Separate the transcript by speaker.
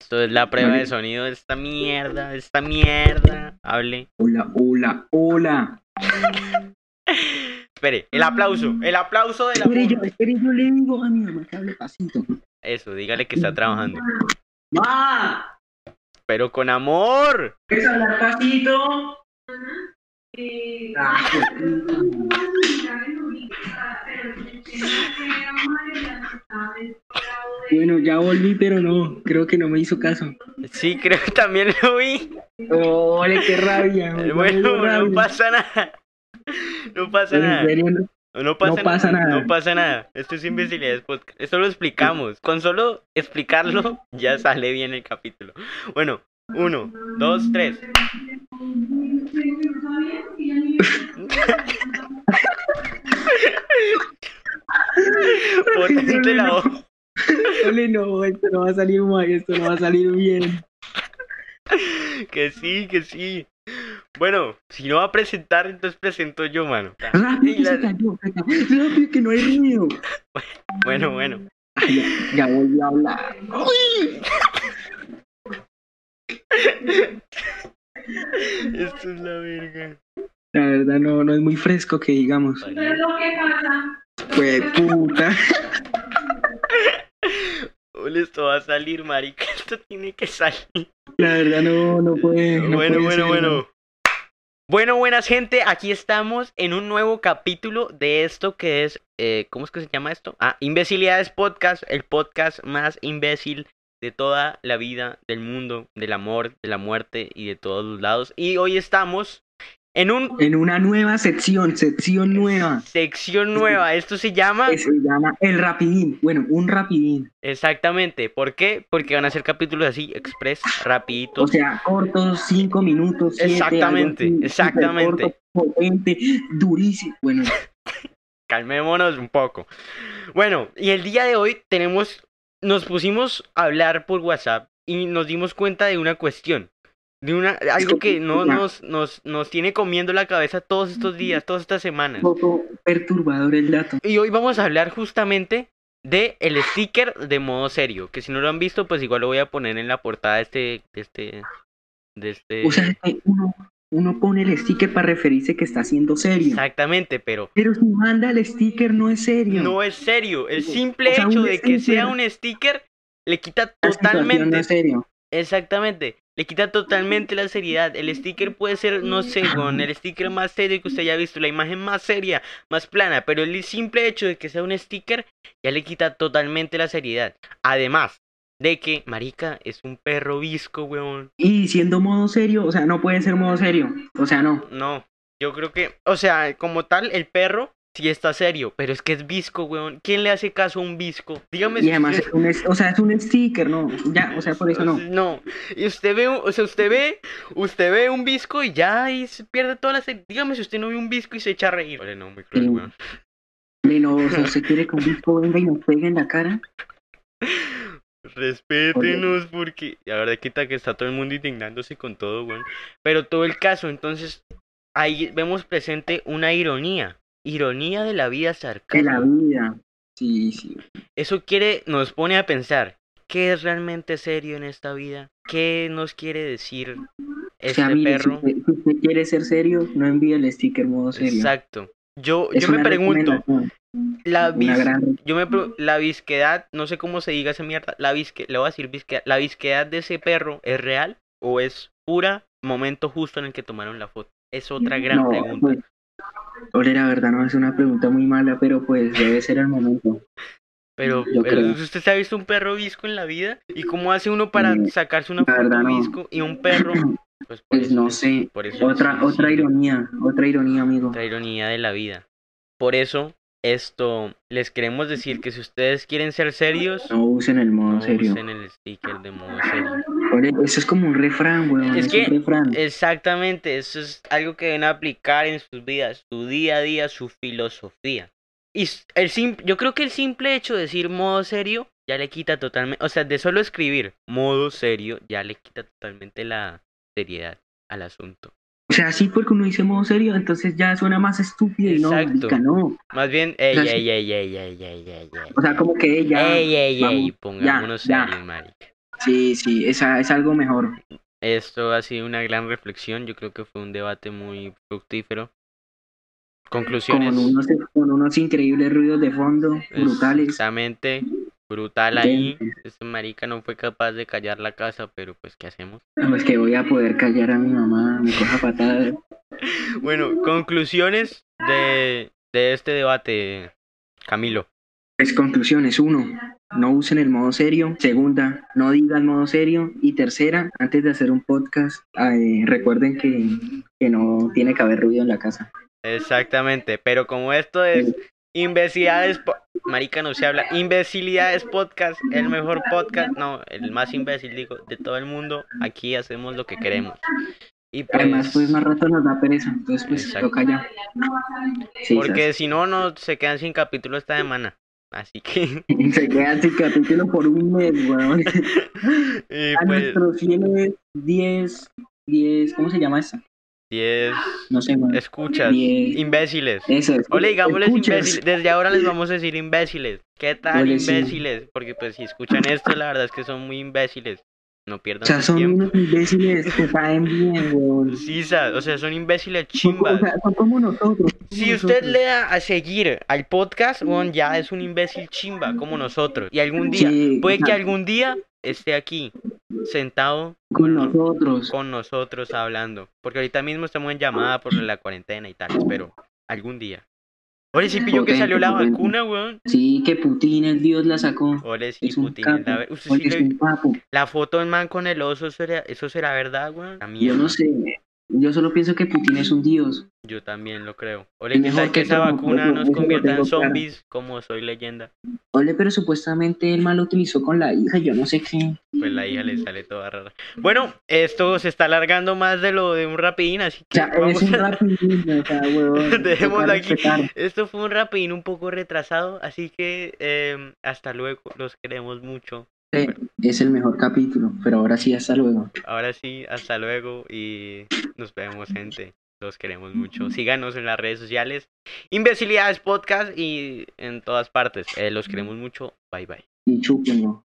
Speaker 1: Esto es la prueba de sonido de esta mierda, de esta mierda. Hable.
Speaker 2: Hola, hola, hola.
Speaker 1: Espere, el aplauso, el aplauso de la
Speaker 2: Mm. Espere yo, espere yo le digo a mi mamá que hable pasito.
Speaker 1: Eso, dígale que está trabajando.
Speaker 2: ¡Ma!
Speaker 1: Pero con amor.
Speaker 2: ¿Quieres Ah, hablar pasito?
Speaker 3: Eh,
Speaker 2: Ah, pues, bueno, ya volví, pero no, creo que no me hizo caso.
Speaker 1: Sí, creo que también lo vi.
Speaker 2: ¡Ole, qué rabia! me dio
Speaker 1: Bueno, no
Speaker 2: rabia.
Speaker 1: pasa nada. No pasa
Speaker 2: En
Speaker 1: nada.
Speaker 2: serio, no.
Speaker 1: No pasa,
Speaker 2: No pasa nada.
Speaker 1: No pasa nada. Esto es imbecilidades podcast. Esto lo explicamos. Con solo explicarlo ya sale bien el capítulo. Bueno, uno, dos, tres. Potente la voz.
Speaker 2: Ole, no, esto no va a salir mal, esto no va a salir bien.
Speaker 1: Que sí, que sí. Bueno, si no va a presentar, entonces presento yo, mano.
Speaker 2: Rápido que se cayó, caca. rápido que no hay ruido.
Speaker 1: Bueno, bueno.
Speaker 2: Ay, ya, ya volví a hablar.
Speaker 1: Esto es la verga.
Speaker 2: La verdad no, no es muy fresco que digamos.
Speaker 3: Pero lo que pasa,
Speaker 2: Pues puta.
Speaker 1: Ole, esto va a salir, marica. Esto tiene que salir.
Speaker 2: La verdad no, no puede. no
Speaker 1: bueno,
Speaker 2: puede
Speaker 1: bueno,
Speaker 2: ser,
Speaker 1: bueno. Bueno, buenas gente, aquí estamos en un nuevo capítulo de esto que es, eh, ¿cómo es que se llama esto? Ah, Imbecilidades Podcast, el podcast más imbécil de toda la vida, del mundo, del amor, de la muerte y de todos los lados. Y hoy estamos en una
Speaker 2: En una nueva sección, sección nueva.
Speaker 1: sección nueva, esto se llama...
Speaker 2: Que se llama El Rapidín. Bueno, un rapidín.
Speaker 1: Exactamente, ¿por qué? Porque van a ser capítulos así, express,
Speaker 2: O
Speaker 1: rapiditos.
Speaker 2: sea, corto, cinco minutos. siete,
Speaker 1: Exactamente,
Speaker 2: algo así,
Speaker 1: exactamente.
Speaker 2: supercorto, potente, durísimo. Bueno,
Speaker 1: calmémonos un poco. Bueno, y el día de hoy tenemos, nos pusimos a hablar por WhatsApp y nos dimos cuenta de una cuestión, de una algo que no nos, nos, nos tiene comiendo la cabeza todos estos días, todas estas semanas.
Speaker 2: un poco perturbador el dato.
Speaker 1: Y hoy vamos a hablar justamente de el sticker de modo serio, que si no lo han visto, pues igual lo voy a poner en la portada de este, de este, de este.
Speaker 2: O sea, que uno, uno pone el sticker para referirse que está siendo serio.
Speaker 1: Exactamente, pero
Speaker 2: Pero si manda el sticker no es serio.
Speaker 1: No es serio. El
Speaker 2: Sí.
Speaker 1: simple
Speaker 2: O sea,
Speaker 1: hecho
Speaker 2: un
Speaker 1: de que sea
Speaker 2: sticker.
Speaker 1: un sticker le quita
Speaker 2: La situación No
Speaker 1: totalmente.
Speaker 2: es serio.
Speaker 1: Exactamente. Le quita totalmente la seriedad. El sticker puede ser, no sé, con el sticker más serio que usted haya visto, la imagen más seria, más plana, pero el simple hecho de que sea un sticker ya le quita totalmente la seriedad. Además de que, marica, es un perro visco, weón.
Speaker 2: Y siendo modo serio, o sea, no puede ser modo serio. O sea, no.
Speaker 1: No, yo creo que, o sea, como tal, el perro sí está serio, pero es que es visco, weón. ¿Quién le hace caso a un visco? Dígame
Speaker 2: Y
Speaker 1: si
Speaker 2: además,
Speaker 1: usted-
Speaker 2: es un, es- o sea, es un sticker, no. Ya, o sea, por eso no.
Speaker 1: No. Y usted ve, un- o sea, usted ve, usted ve un visco y ya y se pierde toda la serie. Dígame si usted no ve un visco y se echa a reír. Ole, no, muy cruel,
Speaker 2: Sí.
Speaker 1: weón.
Speaker 2: Pero, o sea, usted quiere que un disco venga y nos pegue en la cara.
Speaker 1: Respétenos porque la verdad quita que está todo el mundo indignándose con todo, weón. Pero todo el caso, entonces ahí vemos presente una ironía. Ironía de la vida
Speaker 2: De la
Speaker 1: sarcástica.
Speaker 2: vida. Sí, sí.
Speaker 1: Eso quiere, nos pone a pensar, ¿qué es realmente serio en esta vida? ¿Qué nos quiere decir
Speaker 2: O
Speaker 1: este
Speaker 2: sea, mire, si
Speaker 1: perro?
Speaker 2: usted, si usted quiere ser serio, no envíe el sticker modo serio.
Speaker 1: Exacto. Yo,
Speaker 2: Es
Speaker 1: yo me
Speaker 2: una
Speaker 1: pregunto,
Speaker 2: recomendación,
Speaker 1: la
Speaker 2: Una
Speaker 1: vis-
Speaker 2: gran.
Speaker 1: yo me pro- la visquedad, no sé cómo se diga esa mierda, la visque, le voy a decir visquedad, la visquedad de ese perro es real o es pura momento justo en el que tomaron la foto. Es otra gran
Speaker 2: No,
Speaker 1: pregunta.
Speaker 2: pues, Ole, la verdad, no es una pregunta muy mala, pero pues debe ser el momento.
Speaker 1: Pero
Speaker 2: yo
Speaker 1: pero,
Speaker 2: creo.
Speaker 1: usted se ha visto un perro visco en la vida y cómo hace uno para
Speaker 2: Mm,
Speaker 1: sacarse una
Speaker 2: la
Speaker 1: foto
Speaker 2: verdad no.
Speaker 1: visco y un perro pues, por
Speaker 2: Pues
Speaker 1: eso
Speaker 2: no
Speaker 1: es-
Speaker 2: sé.
Speaker 1: por eso es
Speaker 2: Otra, otra
Speaker 1: suicidio.
Speaker 2: ironía, otra ironía, amigo.
Speaker 1: otra ironía de la vida. Por eso esto les queremos decir que si ustedes quieren ser serios,
Speaker 2: No usen el modo
Speaker 1: No
Speaker 2: serio.
Speaker 1: usen el sticker de modo serio.
Speaker 2: Ole, Eso es como un refrán, weón.
Speaker 1: Es
Speaker 2: Es,
Speaker 1: que-
Speaker 2: un refrán.
Speaker 1: Exactamente, eso es algo que deben aplicar en sus vidas, su día a día, su filosofía. Y s- el sim- yo creo que el simple hecho de decir modo serio ya le quita totalmente, o sea, de solo escribir modo serio ya le quita totalmente la seriedad al asunto.
Speaker 2: O sea, sí, porque uno dice modo serio, entonces ya suena más estúpido y no,
Speaker 1: Exacto.
Speaker 2: marica, no.
Speaker 1: Más bien, ey,
Speaker 2: sea, sí.
Speaker 1: ey, ey, ey, ey, ey, ey, ey,
Speaker 2: O sea, como que ey, ya.
Speaker 1: ey, ey, ey,
Speaker 2: vamos,
Speaker 1: pongámonos
Speaker 2: ya, ya.
Speaker 1: serios, marica.
Speaker 2: Sí, sí, es, a- es algo mejor.
Speaker 1: Esto ha sido una gran reflexión. Yo creo que fue un debate muy fructífero. Conclusiones.
Speaker 2: Con unos, con unos increíbles ruidos de fondo, brutales.
Speaker 1: Exactamente. Brutal ahí. Este marica no fue capaz de callar la casa, pero pues, ¿qué hacemos?
Speaker 2: No es que voy a poder callar a mi mamá, me coja patada.
Speaker 1: Bueno, conclusiones de, de este debate, Camilo.
Speaker 2: Pues conclusiones, uno, no usen el modo serio. Segunda, no digan modo serio. Y tercera, antes de hacer un podcast, eh, recuerden que, que no tiene que haber ruido en la casa.
Speaker 1: Exactamente. Pero como esto es imbecilidades, po- marica no se habla. Imbecilidades podcast, el mejor podcast, no, el más imbécil digo de todo el mundo. Aquí hacemos lo que queremos. Y pues,
Speaker 2: Además, pues más rato nos da pereza, entonces pues
Speaker 1: Exacto.
Speaker 2: toca ya. Sí,
Speaker 1: porque si no, no se quedan sin capítulo esta semana. Así que,
Speaker 2: sas. se quedan sin capítulo por un mes, weón.
Speaker 1: y
Speaker 2: A
Speaker 1: pues,
Speaker 2: nuestros fieles 10, 10, ¿cómo se llama esa?
Speaker 1: 10
Speaker 2: No sé, weón.
Speaker 1: escuchas,
Speaker 2: Diez.
Speaker 1: imbéciles.
Speaker 2: Eso,
Speaker 1: O le digámosles
Speaker 2: escuchas.
Speaker 1: imbéciles. Desde ahora les vamos a decir imbéciles. ¿Qué tal
Speaker 2: Ole, sí.
Speaker 1: imbéciles? Porque pues si escuchan esto, la verdad es que son muy imbéciles. No
Speaker 2: O
Speaker 1: pierdan
Speaker 2: sea,
Speaker 1: su
Speaker 2: son
Speaker 1: tiempo.
Speaker 2: unos imbéciles que caen bien, weón.
Speaker 1: Sisa, o sea, son imbéciles
Speaker 2: Son como- o
Speaker 1: chimbas.
Speaker 2: sea, son como nosotros. como
Speaker 1: Si usted
Speaker 2: nosotros.
Speaker 1: le da a seguir al podcast, weón, ya es un imbécil chimba como nosotros. Y algún día,
Speaker 2: Sí,
Speaker 1: puede que
Speaker 2: exacto.
Speaker 1: algún día esté aquí, sentado
Speaker 2: Con nosotros.
Speaker 1: con nosotros hablando. Porque ahorita mismo estamos en llamada por la cuarentena y tal, pero algún día. Ahora sí pilló que
Speaker 2: Potente,
Speaker 1: salió la
Speaker 2: potente.
Speaker 1: vacuna, weón.
Speaker 2: Sí, que Putin, el dios la sacó.
Speaker 1: Ahora sí,
Speaker 2: Es un
Speaker 1: Putin. es la
Speaker 2: capo.
Speaker 1: ver- Usted sí
Speaker 2: Oye,
Speaker 1: le-
Speaker 2: es un papo.
Speaker 1: la foto del man con el oso, ¿eso, era- eso será verdad, weón? La
Speaker 2: Yo
Speaker 1: mierda.
Speaker 2: no sé. Yo solo pienso que Putin es un dios.
Speaker 1: Yo también lo creo. Ole,
Speaker 2: mejor
Speaker 1: quizás que
Speaker 2: que
Speaker 1: esa
Speaker 2: todo,
Speaker 1: vacuna
Speaker 2: eso-
Speaker 1: nos
Speaker 2: eso lo
Speaker 1: convierta en
Speaker 2: tengo claro.
Speaker 1: zombies, como soy leyenda.
Speaker 2: Ole, pero supuestamente él mal lo utilizó con la hija, yo no sé qué.
Speaker 1: Pues la hija le sale toda rara. Bueno, esto se está alargando más de lo de un rapidín, así
Speaker 2: O
Speaker 1: que
Speaker 2: sea, eres
Speaker 1: vamos
Speaker 2: un
Speaker 1: a-
Speaker 2: rapidín, o sea, huevón.
Speaker 1: Dejémoslo
Speaker 2: Toca
Speaker 1: aquí.
Speaker 2: respetar.
Speaker 1: Esto fue un rapidín un poco retrasado, así que eh, hasta luego, los queremos mucho.
Speaker 2: Eh, Es el mejor capítulo, pero ahora sí, hasta luego.
Speaker 1: Ahora sí, hasta luego y nos vemos, gente. Los queremos mucho. Síganos en las redes sociales. Imbecilidades Podcast y en todas partes. Eh, los queremos mucho. Bye bye.
Speaker 2: Y chúpenlo.